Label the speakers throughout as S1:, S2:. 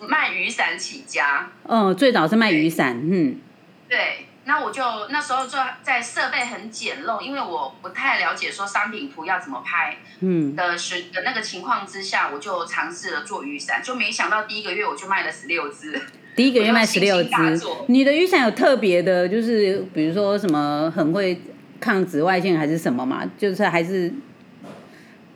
S1: 卖雨伞起家。
S2: 嗯，最早是卖雨伞，嗯，
S1: 对，那我就那时候就在设备很简陋，因为我不太了解说商品图要怎么拍
S2: 嗯，
S1: 的时的那个情况之下，我就尝试了做雨伞，就没想到第一个月我就卖了十六只。
S2: 第一个月卖
S1: 我
S2: 十
S1: 就
S2: 六
S1: 信
S2: 只
S1: 心大作。
S2: 你的雨伞有特别的，就是比如说什么很会抗紫外线还是什么嘛？就是还是，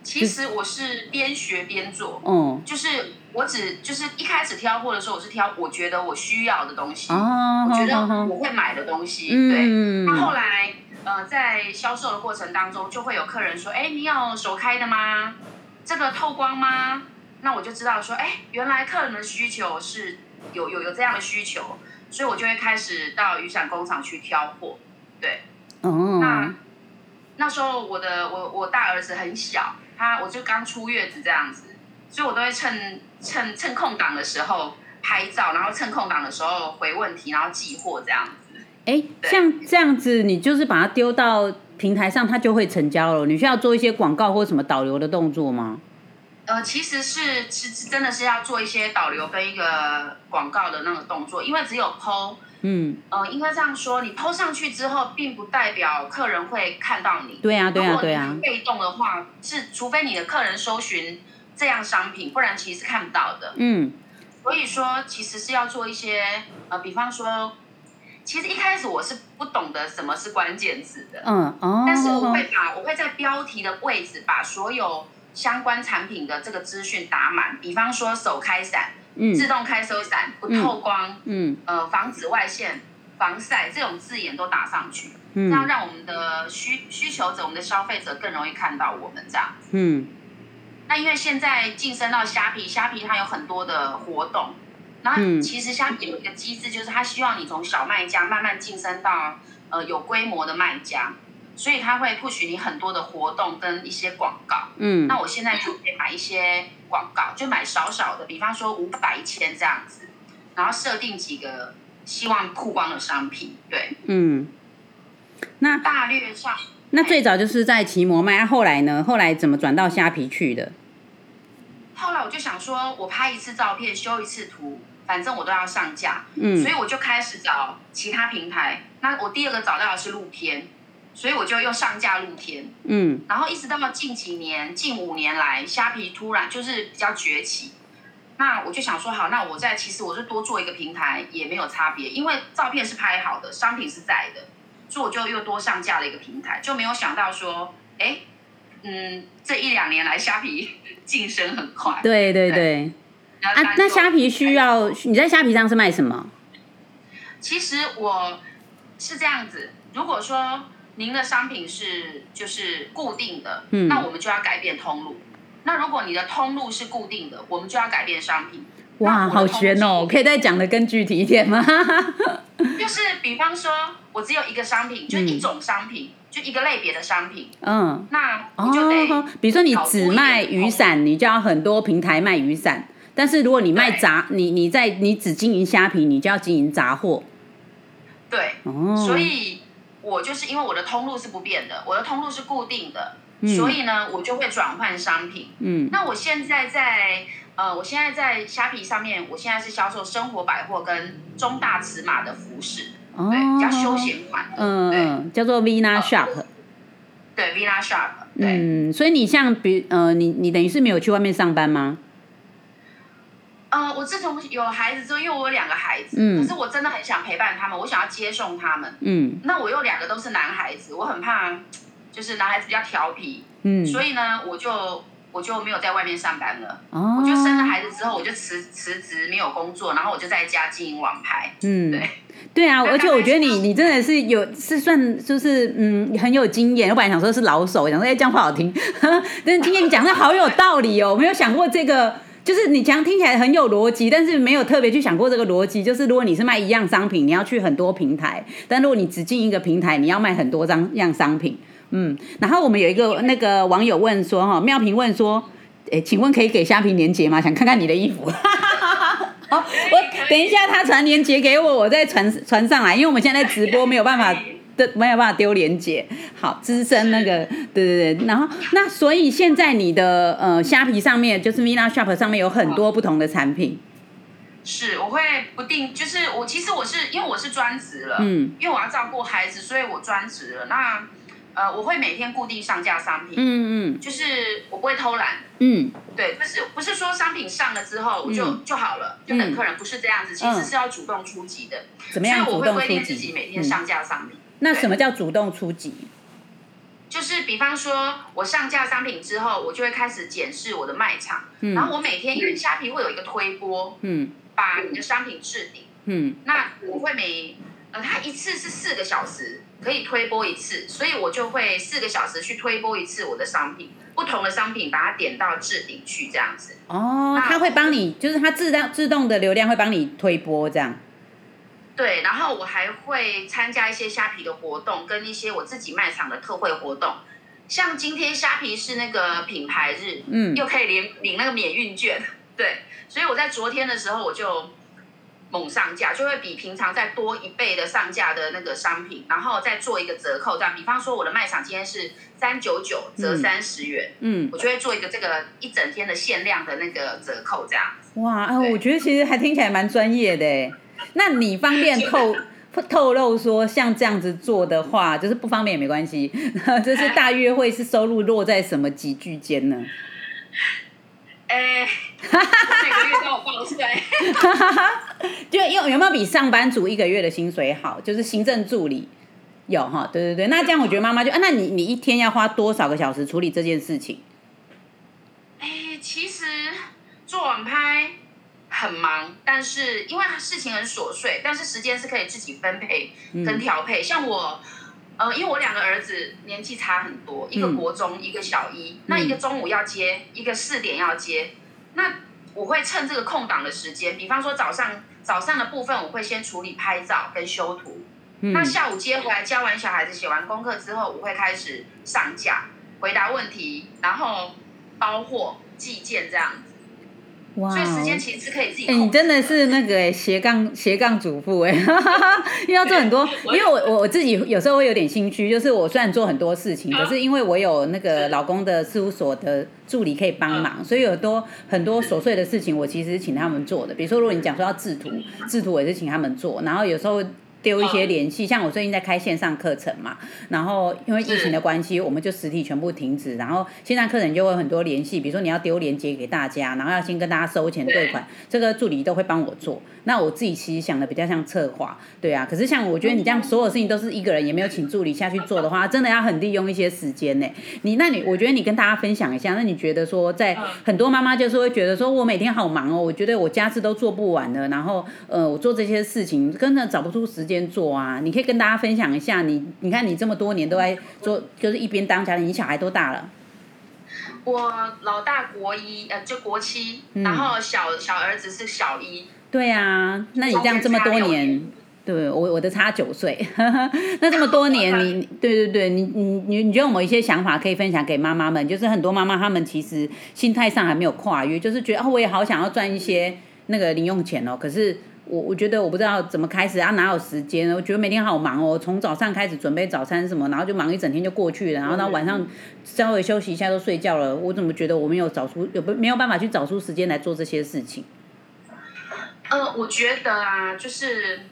S1: 其实我是边学边做，
S2: 哦、
S1: 就是我只就是一开始挑货的时候，我是挑我觉得我需要的东西，
S2: 哦，
S1: 我觉
S2: 好
S1: 得
S2: 好好
S1: 我会买的东西，对。
S2: 嗯，
S1: 那后来，呃，在销售的过程当中，就会有客人说：“哎，你有手开的吗？这个透光吗？”那我就知道说，哎，原来客人的需求是有有有这样的需求，所以我就会开始到雨伞工厂去挑货。
S2: 哦
S1: 那，
S2: 嗯
S1: 那时候我的我我大儿子很小，他我就刚出月子这样子，所以我都会趁趁趁空档的时候拍照，然后趁空档的时候回问题，然后寄货这样子。
S2: 哎，
S1: 对
S2: 像这样子，你就是把它丢到平台上，它就会成交了。你需要做一些广告或什么导流的动作吗？
S1: 呃，其实是是是真的是要做一些导流跟一个广告的那个动作，因为只有 PO，
S2: 嗯，
S1: 呃，应该这样说，你 PO 上去之后，并不代表客人会看到你。
S2: 对啊呀、对呀、
S1: 如果
S2: 对
S1: 你
S2: 呀、
S1: 很被动的话，是除非你的客人搜寻这样商品，不然其实是看不到的。
S2: 嗯，
S1: 所以说，其实是要做一些呃，比方说，其实一开始我是不懂得什么是关键字的，
S2: 嗯，哦，
S1: 但是我会把我会在标题的位置把所有相关产品的这个资讯打满，比方说手开伞、
S2: 嗯
S1: 自动开收伞、不透光、
S2: 嗯
S1: 呃防紫外线、防晒这种字眼都打上去，这样
S2: 嗯
S1: 让我们的需需求者、我们的消费者更容易看到我们这样。
S2: 嗯，
S1: 那因为现在晋升到虾皮，虾皮它有很多的活动，然后
S2: 嗯
S1: 其实虾皮有一个机制，就是它希望你从小卖家慢慢晋升到呃有规模的卖家，所以它会 push 你很多的活动跟一些广告。
S2: 嗯
S1: 那我现在就可以买一些广告，就买少少的，比方说五百、一千这样子，然后设定几个希望曝光的商品，对，
S2: 嗯。那
S1: 大略上
S2: 那最早就是在奇摩卖，啊后来呢？后来怎么转到虾皮去的？
S1: 后来我就想说，我拍一次照片，修一次图，反正我都要上架，
S2: 嗯
S1: 所以我就开始找其他平台。那我第二个找到的是露天，所以我就又上架露天。
S2: 嗯
S1: 然后一直到近几年，近五年来，虾皮突然就是比较崛起。那我就想说，好，那我在其实我就多做一个平台也没有差别，因为照片是拍好的，商品是在的，所以我就又多上架了一个平台，就没有想到说，哎，嗯，这一两年来虾皮 晋升很快，
S2: 对对
S1: 对
S2: 对。
S1: 然后
S2: 啊
S1: 大，家
S2: 那
S1: 就
S2: 虾皮需要你在虾皮上是卖什么？
S1: 其实我是这样子，如果说您的商品是就是固定的，
S2: 嗯
S1: 那我们就要改变通路。那如果你的通路是固定的，我们就要改变商品。
S2: 哇，
S1: 那我的
S2: 好悬哦！
S1: 通
S2: 可以再讲的更具体一点吗？
S1: 路！就是比方说，我只有一个商品，就一种商品，就一个类别的商品，
S2: 嗯。
S1: 那我就得、
S2: 哦，比如说你只卖雨伞，你就要很多平台卖雨伞。但是如果你卖杂，你你在你只经营虾皮，你就要经营杂货。
S1: 对。
S2: 哦，
S1: 所以我就是因为我的通路是不变的，我的通路是固定的，
S2: 嗯
S1: 所以呢，我就会转换商品。
S2: 嗯
S1: 那我现在在呃，我现在在虾皮上面，我现在是销售生活百货跟中大尺码的服饰，
S2: 哦
S1: 对，比较休，闲款，
S2: 嗯
S1: 对
S2: 嗯，叫做 Vina Shop。
S1: 对，Villa Shop，对，
S2: 嗯，所以你像比呃，你你等于是没有去外面上班吗？
S1: 呃，我自从有孩子之后，因为我有两个孩子，
S2: 嗯
S1: 可是我真的很想陪伴他们，我想要接送他们。
S2: 嗯
S1: 那我又两个都是男孩子，我很怕，就是男孩子比较调皮，
S2: 嗯，
S1: 所以呢，我就我就没有在外面上班了。
S2: 哦，
S1: 我就生了孩子之后，我就辞辞职，没有工作，然后我就在家经营网拍。
S2: 嗯
S1: 对，
S2: 对啊，
S1: 那
S2: 而且我觉得你
S1: 刚开始
S2: 你真的是有是算就是嗯很有经验，我本来想说是老手，想说哎、这样不好听， 但是今天你讲的好有道理哦，我没有想过这个。就是你讲听起来很有逻辑，但是没有特别去想过这个逻辑。就是如果你是卖一样商品，你要去很多平台；但如果你只进一个平台，你要卖很多张样商品。嗯，然后我们有一个那个网友问说哈，妙平问说，诶，请问可以给虾皮连接吗？想看看你的衣服。好，哦我等一下他传链接给我，我再传传上来，因为我们现在在直播，没有办法的，没有办法丢链接。好，资深那个，对对对。然后那所以现在你的呃虾皮上面，就是 Mina Shop 上面有很多不同的产品。
S1: 是，我会不定，就是我其实我是因为我是专职了，
S2: 嗯
S1: 因为我要照顾孩子，所以我专职了。那呃，我会每天固定上架商品，
S2: 嗯嗯
S1: 就是我不会偷懒，
S2: 嗯
S1: 对，但是不是说商品上了之后我就、
S2: 嗯
S1: 就好了，就等客人，不是这样子，其实是要主动出击的，
S2: 嗯，怎么
S1: 所以
S2: 样
S1: 我
S2: 主
S1: 会
S2: 动
S1: 规
S2: 出
S1: 定自己
S2: 击？嗯
S1: 每天上架商品。
S2: 那什么叫主动出击？
S1: 就是比方说，我上架商品之后，我就会开始检视我的卖场，然
S2: 嗯
S1: 后我每天因为虾皮会有一个推播，
S2: 嗯
S1: 把你的商品置顶。
S2: 嗯
S1: 那我会每呃，它一次是四个小时，可以推播一次，所以我就会四个小时去推播一次我的商品，不同的商品把它点到置顶去这样子。
S2: 哦，
S1: 那
S2: 它会帮你，就是它自动自动的流量会帮你推播这样。
S1: 对，然后我还会参加一些虾皮的活动，跟一些我自己卖场的特惠活动。像今天虾皮是那个品牌日，
S2: 嗯
S1: 又可以领领那个免运券， 对，所以我在昨天的时候我就猛上架，就会比平常再多一倍的上架的那个商品，然后再做一个折扣，这样，比方说我的卖场今天是三九九折
S2: 嗯
S1: 三十元，
S2: 嗯，
S1: 我就会做一个这个一整天的限量的那个折扣，这样。
S2: 哇，啊，
S1: 对
S2: 我觉得其实还听起来蛮专业 的欸。那你方便透透露说，像这样子做的话，就是不方便也没关系， 就是大约会是收入落在什么几句间呢？
S1: 哎、我每个月都有报税。
S2: 就有有没有比上班族一个月的薪水好？就是行政助理有哈，对对对。那这样我觉得妈妈就啊，那你你一天要花多少个小时处理这件事情？
S1: 哎，其实做网拍很忙，但是因为事情很琐碎，但是时间是可以自己分配跟
S2: 嗯
S1: 调配。像我，呃，因为我两个儿子年纪差很多，一个
S2: 嗯
S1: 国中，一个小一，那一个中午要接，一个四点要接，那我会趁这个空档的时间，比方说早上早上的部分，我会先处理拍照跟修图，那
S2: 嗯
S1: 下午接回来，教完小孩子写完功课之后，我会开始上架、回答问题，然后包货、寄件这样子。
S2: 哇
S1: 所以时间其实是可以自己
S2: 哎、
S1: 控制。
S2: 你真的是那个哎、斜杠斜杠主妇哎、哈哈哈，因为要做很多，因为我我我自己有时候会有点心虚，就是我虽然做很多事情，
S1: 嗯
S2: 可是因为我有那个
S1: 是
S2: 老公的事务所的助理可以帮
S1: 嗯
S2: 忙，所以有多很多琐碎的事情，我其实是请他们做的。比如说，如果你讲说要制图，
S1: 嗯
S2: 制图我也是请他们做，然后有时候。丢一些联系，像我最近在开线上课程嘛，然后因为疫情的关系，我们就实体全部停止，然后线上课程就会有很多联系，比如说你要丢链接给大家，然后要先跟大家收钱对款，这个助理都会帮我做。那我自己其实想的比较像策划，对啊。可是像我觉得你这样所有事情都是一个人，也没有请助理下去做的话，真的要很利用一些时间呢、你那你我觉得你跟大家分享一下，那你觉得说在
S1: 嗯
S2: 很多妈妈就是会觉得说我每天好忙哦，我觉得我家事都做不完了，然后呃我做这些事情根本找不出时间做啊。你可以跟大家分享一下，你你看你这么多年都在做，就是一边当家庭，你小孩多大了？
S1: 我老大国一，呃，就国七，
S2: 嗯
S1: 然后小小儿子是小一，
S2: 对啊，那你这样这么多
S1: 中间差六
S2: 年
S1: 年，
S2: 对我我的差九岁， 那这 么多年，你对对对，你你你你觉得我们一些想法可以分享给妈妈们？就是很多妈妈她们其实心态上还没有跨越，就是觉得哦，我也好想要赚一些那个零用钱哦，可是。我我觉得我不知道怎么开始啊，哪有时间呢？我觉得每天好忙哦，从早上开始准备早餐什么，然后就忙一整天就过去了，然后到晚
S1: 嗯
S2: 上稍微休息一下都睡觉了。我怎么觉得我没有找出有不没有办法去找出时间来做这些事情？
S1: 呃，我觉得啊，就是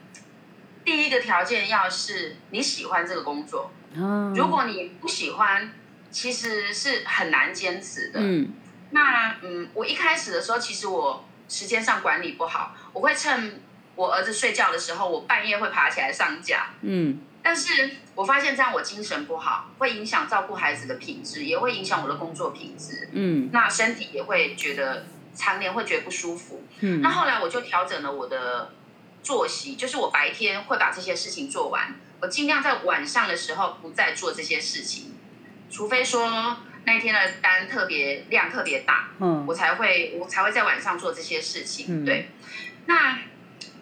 S1: 第一个条件要是你喜欢这个工作，
S2: 啊，
S1: 如果你不喜欢，其实是很难坚持的。
S2: 嗯，
S1: 那嗯，我一开始的时候，其实我时间上管理不好，我会趁我儿子睡觉的时候，我半夜会爬起来上架。
S2: 嗯
S1: 但是我发现这样我精神不好，会影响照顾孩子的品质，也会影响我的工作品质，
S2: 嗯
S1: 那身体也会觉得常年会觉得不舒服。
S2: 嗯
S1: 那后来我就调整了我的作息，就是我白天会把这些事情做完，我尽量在晚上的时候不再做这些事情，除非说那天的单特别量特别大，
S2: 嗯
S1: 我才会我才会在晚上做这些事情。
S2: 嗯
S1: 对，那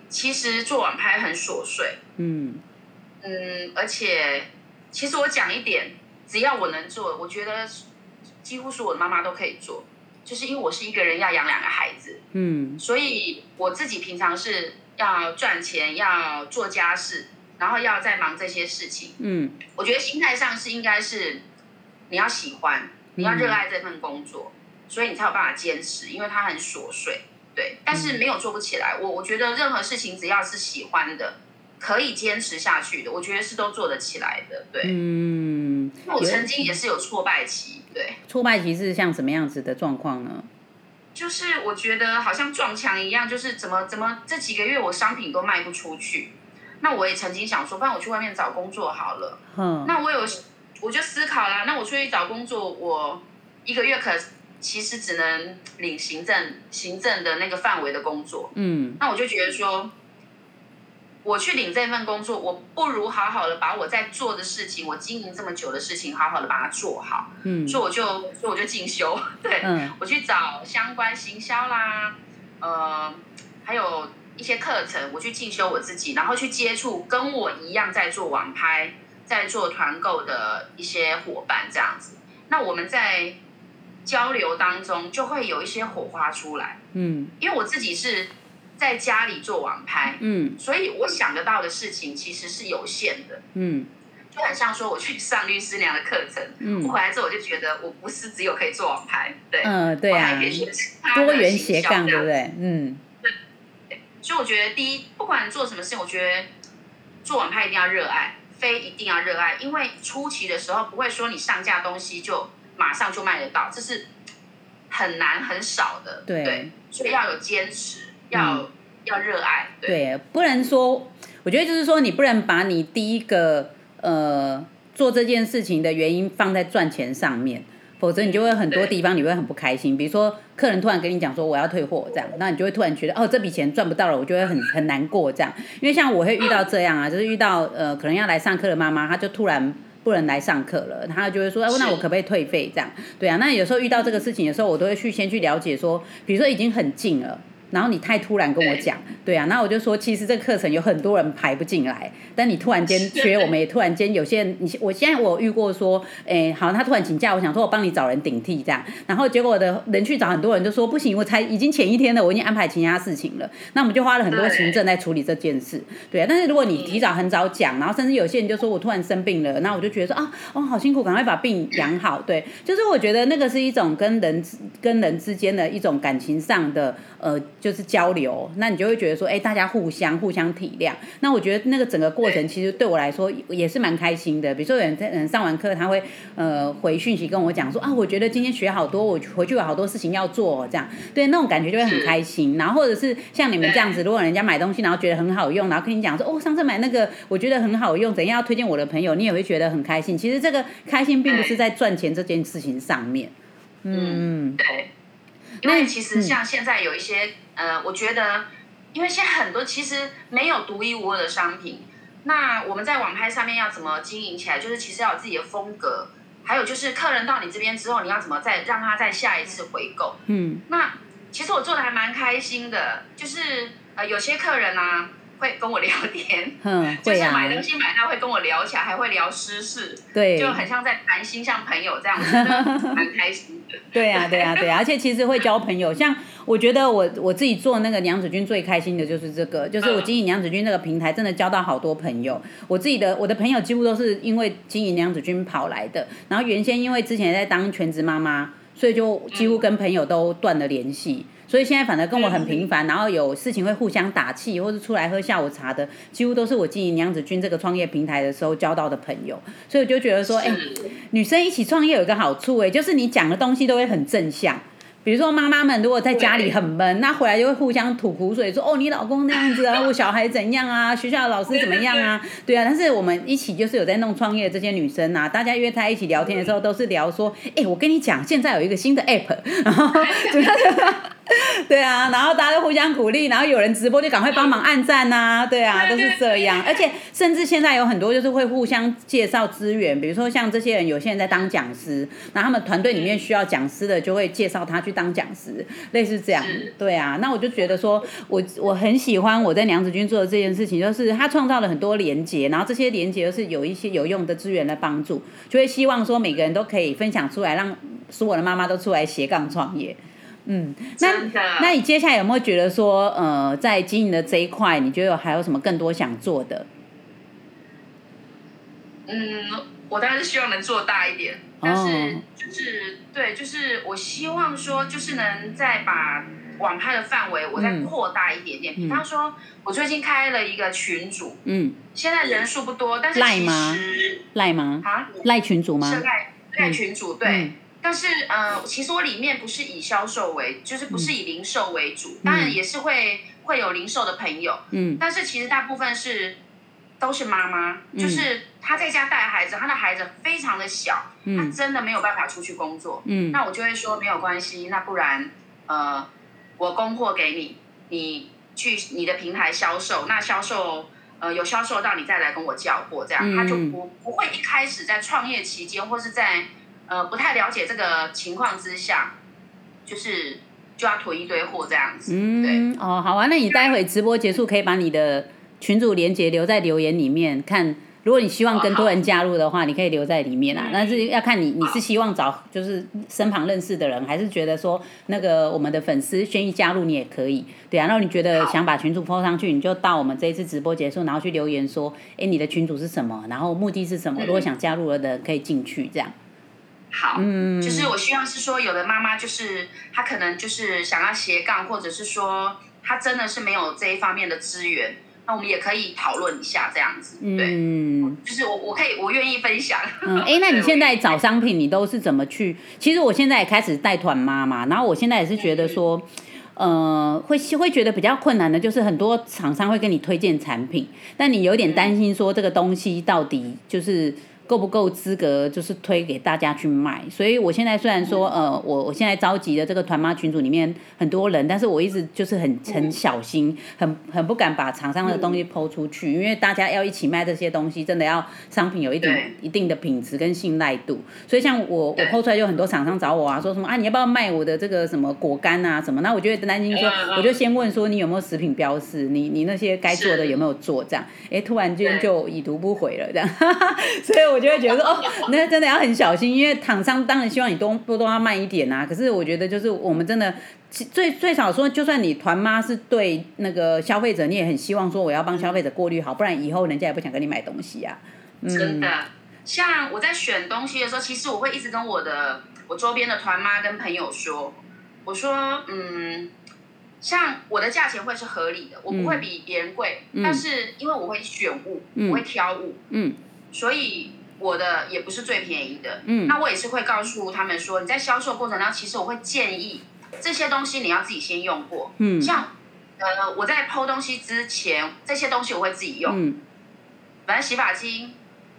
S1: 其实做网拍很琐碎，
S2: 嗯
S1: 嗯，而且其实我讲一点，只要我能做，我觉得几乎所有的妈妈都可以做，就是因为我是一个人要养两个孩子，
S2: 嗯
S1: 所以我自己平常是要赚钱，要做家事，然后要在忙这些事情。
S2: 嗯
S1: 我觉得心态上是应该是你要
S2: 嗯
S1: 喜欢，你要热爱这份工作，所以你才有办法坚持，因为它很琐碎。对，但
S2: 嗯
S1: 是没有做不起来。我我觉得任何事情只要是喜欢的，可以坚持下去的，我觉得是都做得起来的。对，
S2: 嗯，
S1: 我
S2: 有
S1: 曾经也是有挫败期，对，
S2: 挫败期是像什么样子的状况呢？
S1: 就是我觉得好像撞墙一样，就是怎么怎么这几个月我商品都卖不出去。那我也曾经想说，不然我去外面找工作好了。
S2: 哼，
S1: 那我有，我就思考啦。那我出去找工作，我一个月可其实只能领行政行政的那个范围的工作。
S2: 嗯
S1: 那我就觉得说，我去领这份工作，我不如好好的把我在做的事情，我经营这么久的事情，好好的把它做好。
S2: 嗯
S1: 所以我就，所以我就进修， 对，
S2: 嗯
S1: 我去找相关行销啦，呃，还有一些课程，我去进修我自己，然后去接触跟我一样在做网拍、在做团购的一些伙伴，这样子。那我们在交流当中就会有一些火花出来，
S2: 嗯
S1: 因为我自己是在家里做网拍，
S2: 嗯
S1: 所以我想得到的事情其实是有限的，
S2: 嗯
S1: 就很像说我去上律师娘的课程，我
S2: 嗯，
S1: 回来之后我就觉得我不是只有可以做网拍，对，
S2: 嗯，对
S1: 我
S2: 啊
S1: 还可，以学其他的
S2: 多元
S1: 行
S2: 斜
S1: 销这
S2: 杠，对
S1: 样
S2: 不对？嗯
S1: 所以我觉得第一，不管做什么事情，我觉得做网拍一定要热爱，非一定要热爱，因为初期的时候不会说你上架东西就马上就卖得到，这是很难很少的，
S2: 对嗯
S1: 所以要有坚持，要、要热爱，对。
S2: 对，不能说，我觉得就是说，你不能把你第一个呃做这件事情的原因放在赚钱上面，否则你就会很多
S1: 嗯对
S2: 地方你会很不开心。比如说，客人突然跟你讲说我要退货这样，那你就会突然觉得哦这笔钱赚不到了，我就会很很难过这样。因为像我会遇到这样啊，就是遇到呃可能要来上课的妈妈，她就突然。不能来上课了，她就会说，哎、
S1: 是
S2: 那我可不可以退费？这样，对啊。那有时候遇到这个事情的时候，我都会去先去了解说，比如说已经很近了，然后你太突然跟我讲，对啊，那我就说，其实这个课程有很多人排不进来，但你突然间缺，我们也突然间有些人，你我现在我有遇过说，哎，好，他突然请假，我想说我帮你找人顶替这样，然后结果我的人去找很多人就说不行，我才已经前一天了，我已经安排其他事情了，那我们就花了很多
S1: 对
S2: 行政在处理这件事，对啊，但是如果你提早很早讲，然后甚至有些人就说我突然生病了，那我就觉得说啊，哦，好辛苦，赶快把病养好。对，就是我觉得那个是一种跟人之跟人之间的一种感情上的呃，就是交流。那你就会觉得说，哎，大家互相互相体谅。那我觉得那个整个过程其实对我来说也是蛮开心的。比如说有人在嗯上完课，他会呃回讯息跟我讲说啊，我觉得今天学好多，我回去有好多事情要做哦，这样对那种感觉就会很开心。然后或者是像你们这样子，如果人家买东西然后觉得很好用，然后跟你讲说哦，上次买那个我觉得很好用，怎样要推荐我的朋友，你也会觉得很开心。其实这个开心并不是在赚钱这件事情上面，嗯
S1: 对，因为其实像现在有一些、呃，我觉得，因为现在很多其实没有独一无二的商品，那我们在网拍上面要怎么经营起来？就是其实要有自己的风格，还有就是客人到你这边之后，你要怎么再让他再下一次回购？
S2: 嗯
S1: 那其实我做的还蛮开心的，就是呃，有些客人啊会跟我聊 天。
S2: 哼，
S1: 就
S2: 会
S1: 是
S2: 啊
S1: 买，东西买到会跟我聊起来，还会聊私事，
S2: 对，
S1: 就很像在谈心，像朋友这样，我觉得蛮开心 的。
S2: 对呀、对呀、啊对呀、而且其实会交朋友。像我觉得我我自己做那个娘子军最开心的就是这个，就是我
S1: 嗯
S2: 经营娘子军这个平台，真的交到好多朋友。我自己的我的朋友几乎都是因为经营娘子军跑来的。然后原先因为之前在当全职妈妈，所以就几乎跟朋友都断了联系。所以现在反而跟我很频
S1: 嗯
S2: 繁，然后有事情会互相打气，或者出来喝下午茶的，几乎都是我经营娘子军这个创业平台的时候交到的朋友。所以我就觉得说，哎、
S1: 是
S2: 女生一起创业有一个好处哎、就是你讲的东西都会很正向。比如说妈妈们如果在家里很闷，那回来就会互相吐苦水，说哦你老公那样子啊， 我小孩怎样啊，学校的老师怎么样啊，对啊。但是我们一起就是有在弄创业的这些女生啊，大家约在一起聊天的时候都是聊说，哎、我跟你讲，现在有一个新的 app，然后 主要 是。 对啊，然后大家就互相鼓励，然后有人直播就赶快帮忙按赞呐、对啊，都是这样。而且甚至现在有很多就是会互相介绍资源，比如说像这些人，有些人在当讲师，那他们团队里面需要讲师的，就会介绍他去当讲师，类似这样
S1: 是。
S2: 对啊，那我就觉得说，我我很喜欢我在娘子军做的这件事情，就是他创造了很多连结，然后这些连结就是有一些有用的资源来帮助，就会希望说每个人都可以分享出来，让所有的妈妈都出来斜杠创业。嗯，那
S1: 真的
S2: 那你接下来有没有觉得说，呃，在经营的这一块，你觉得还有什么更多想做的？
S1: 嗯，我当然是希望能做大一
S2: 哦
S1: 点，但是就是、对，就是我希望说，就是能再把网拍的范围我再
S2: 嗯
S1: 扩大一点点。比方说，我最近开了一个群组，
S2: 嗯，
S1: 现在人数不多，但是
S2: 赖
S1: 其
S2: 吗
S1: 实
S2: 赖吗？
S1: 啊，
S2: 赖群主吗？
S1: 是赖赖
S2: 嗯
S1: 群组对。
S2: 嗯
S1: 但是呃，其实我里面不是以销售为，就是
S2: 嗯
S1: 不是以零售为主，当然也是会会有零售的朋友，
S2: 嗯
S1: 但是其实大部分是都是妈妈，
S2: 嗯
S1: 就是她在家带孩子，她的孩子非常的小，她
S2: 嗯
S1: 真的没有办法出去工作，
S2: 嗯
S1: 那我就会说没有关系，那不然呃，我供货给你，你去你的平台销售，那销售。呃，有销售到你再来跟我叫货，这样、
S2: 嗯
S1: 他就不不会一开始在创业期间或是在呃不太了解这个情况之下，就是就要囤一堆货这样子。
S2: 嗯，哦，好啊，那你待会直播结束可以把你的群主连接留在留言里面看。如果你希望更多人加入的话，你可以留在里面啊
S1: 嗯。
S2: 但是要看你你是希望找就是身旁认识的人，还是觉得说那个我们的粉丝愿意加入你也可以，对啊。然后你觉得
S1: 好
S2: 想把群主 po 上去，你就到我们这一次直播结束，然后去留言说，哎，你的群主是什么，然后目的是什么？
S1: 嗯
S2: 如果想加入了的人可以进去这样。
S1: 好，
S2: 嗯，
S1: 就是我希望是说，有的妈妈就是她可能就是想要斜杠，或者是说她真的是没有这一方面的资源，那我们也可以讨论一下这样子。对，
S2: 嗯。
S1: 就是我我可以我愿意分享。
S2: 嗯，哎、那你现在找
S1: 早上
S2: 商品，你都是怎么去？其实我现在也开始带团妈妈，然后我现在也是觉得说，呃，会会觉得比较困难的，就是很多厂商会跟你推荐产品，但你有点担心说这个东西到底就是。够不够资格，就是推给大家去卖。所以我现在虽然说，
S1: 嗯
S2: 呃，我我现在召集的这个团妈群组里面很多人，但是我一直就是很很小心，
S1: 嗯
S2: 很很不敢把厂商的东西抛出去，因为大家要一起卖这些东西，真的要商品有一定
S1: 对
S2: 一定的品质跟信赖度。所以像我我
S1: 对
S2: 抛出来就很多厂商找我啊，说什么啊你要不要卖我的这个什么果干啊什么？那我就会担心说
S1: 嗯，嗯
S2: 我就先问说你有没有食品标示，你你那些该做的
S1: 是
S2: 有没有做这样？哎，突然间
S1: 对
S2: 就已读不回了这样，所以我就会觉得说哦，那真的要很小心，因为厂商当然希望你多多多要卖一点啊，可是我觉得就是我们真的。其最最少说，就算你团妈是对那个消费者，你也很希望说我要帮消费者过滤好，不然以后人家也不想跟你买东西呀、啊。
S1: 真
S2: 嗯，
S1: 的，像我在选东西的时候，其实我会一直跟我的我周边的团妈跟朋友说，我说，嗯，像我的价钱会是合理的，我不会比别人贵，
S2: 嗯
S1: 但是因为我会选物，
S2: 嗯
S1: 我会挑物，
S2: 嗯
S1: 所以我的也不是最便宜的。
S2: 嗯
S1: 那我也是会告诉他们说，你在销售过程当中，其实我会建议这些东西你要自己先用过，
S2: 嗯
S1: 像。呃，我在剖东西之前，这些东西我会自己用，
S2: 嗯
S1: 反正洗发精、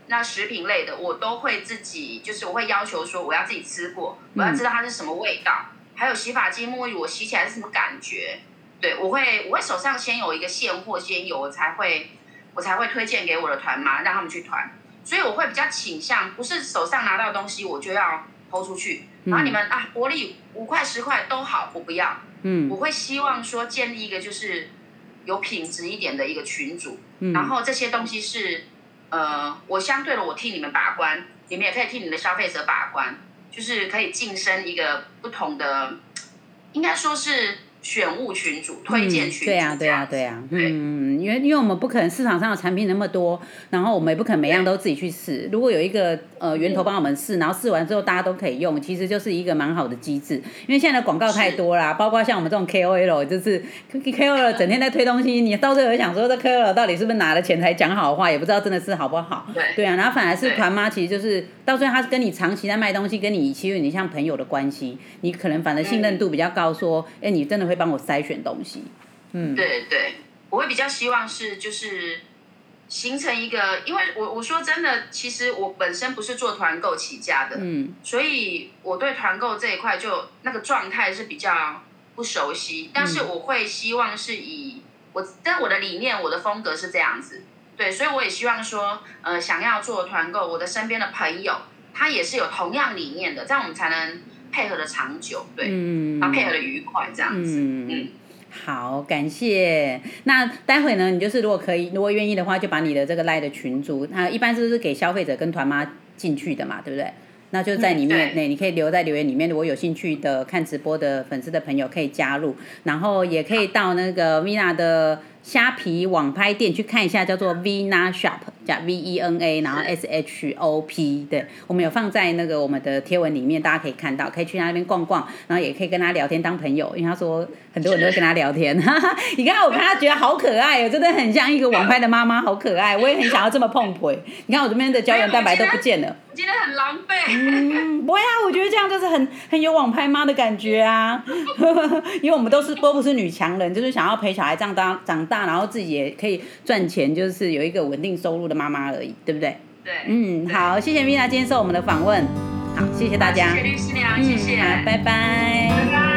S1: 那食品类的，我都会自己，就是我会要求说我要自己吃过，我要知道它是什么味道，还有洗发精、沐浴乳我洗起来是什么感觉。对，我会我会手上先有一个现货，先有我才会我才会推荐给我的团妈，让他们去团。所以我会比较倾向，不是手上拿到东西我就要抛出去，然后你们啊，薄利五块十块都好，我不要。
S2: 嗯
S1: 我会希望说建立一个就是有品质一点的一个群组，
S2: 嗯，
S1: 然后这些东西是，呃，我相对的我替你们把关，你们也可以替你们的消费者把关，就是可以晋升一个不同的，应该说是选物群组、推荐群组、
S2: 嗯对啊呀，对呀，对。呀，嗯，因为因为我们不可能市场上的产品那么多，然后我们也不可能每样都自己去试。如果有一个呃源头
S1: 嗯
S2: 帮我们试，然后试完之后大家都可以用，其实就是一个蛮好的机制。因为现在的广告太多啦，包括像我们这种 KOL，就是 KOL 整天在推东西，你到最后想说这 KOL 到底是不是拿了钱才讲好话，也不知道真的是好不好。
S1: 对
S2: 对啊，然后反而是
S1: 对
S2: 团妈，其实就是到最后，她是跟你长期在卖东西，跟你其实你像朋友的关系，你可能反而信任度比较高，说，哎、你真的会帮我筛选东西，嗯，
S1: 对对，我会比较希望是就是形成一个，因为我我说真的，其实我本身不是做团购起家的，
S2: 嗯
S1: 所以我对团购这一块就那个状态是比较不熟悉，但
S2: 嗯
S1: 是我会希望是以我，但我的理念、我的风格是这样子，对，所以我也希望说，呃，想要做团购，我的身边的朋友他也是有同样理念的，这样我们才能配合的长久，对，
S2: 嗯
S1: 然后配合的愉快这样子，
S2: 嗯
S1: 嗯。
S2: 好，感谢。那待会呢，你就是如果可以，如果愿意的话，就把你的这个赖的群组，那一般是不是给消费者跟团妈进去的嘛，对不对？那就在里面，
S1: 嗯对
S2: 那、你可以留在留言里面。如果有兴趣的看直播的粉丝的朋友可以加入，然后也可以到那个 Mina 的虾皮网拍店去看一下，叫做 Vena Shop，加 V E N A，然后 S H O P，对，我们有放在那个我们的贴文里面，大家可以看到，可以去他那边逛逛，然后也可以跟他聊天当朋友，因为他说很多人都会跟他聊天。 哈哈，你看我看他觉得好可爱哦，真的很像一个网拍的妈妈，好可爱，我也很想要这么碰腿。你看我这边的胶原蛋白都不见了。
S1: 今天很狼狈。
S2: 嗯，不会啊，我觉得这样就是很很有网拍妈的感觉啊， 因为我们都是都不是女强人，就是想要陪小孩这样当长大，然后自己也可以赚钱，就是有一个稳定收入的妈妈而已，对不对？
S1: 对，
S2: 嗯，好，谢谢 Vina 今天受我们的访问，好，谢谢大家，
S1: 谢谢律师娘，
S2: 嗯
S1: 谢谢，
S2: 好拜拜
S1: 拜拜。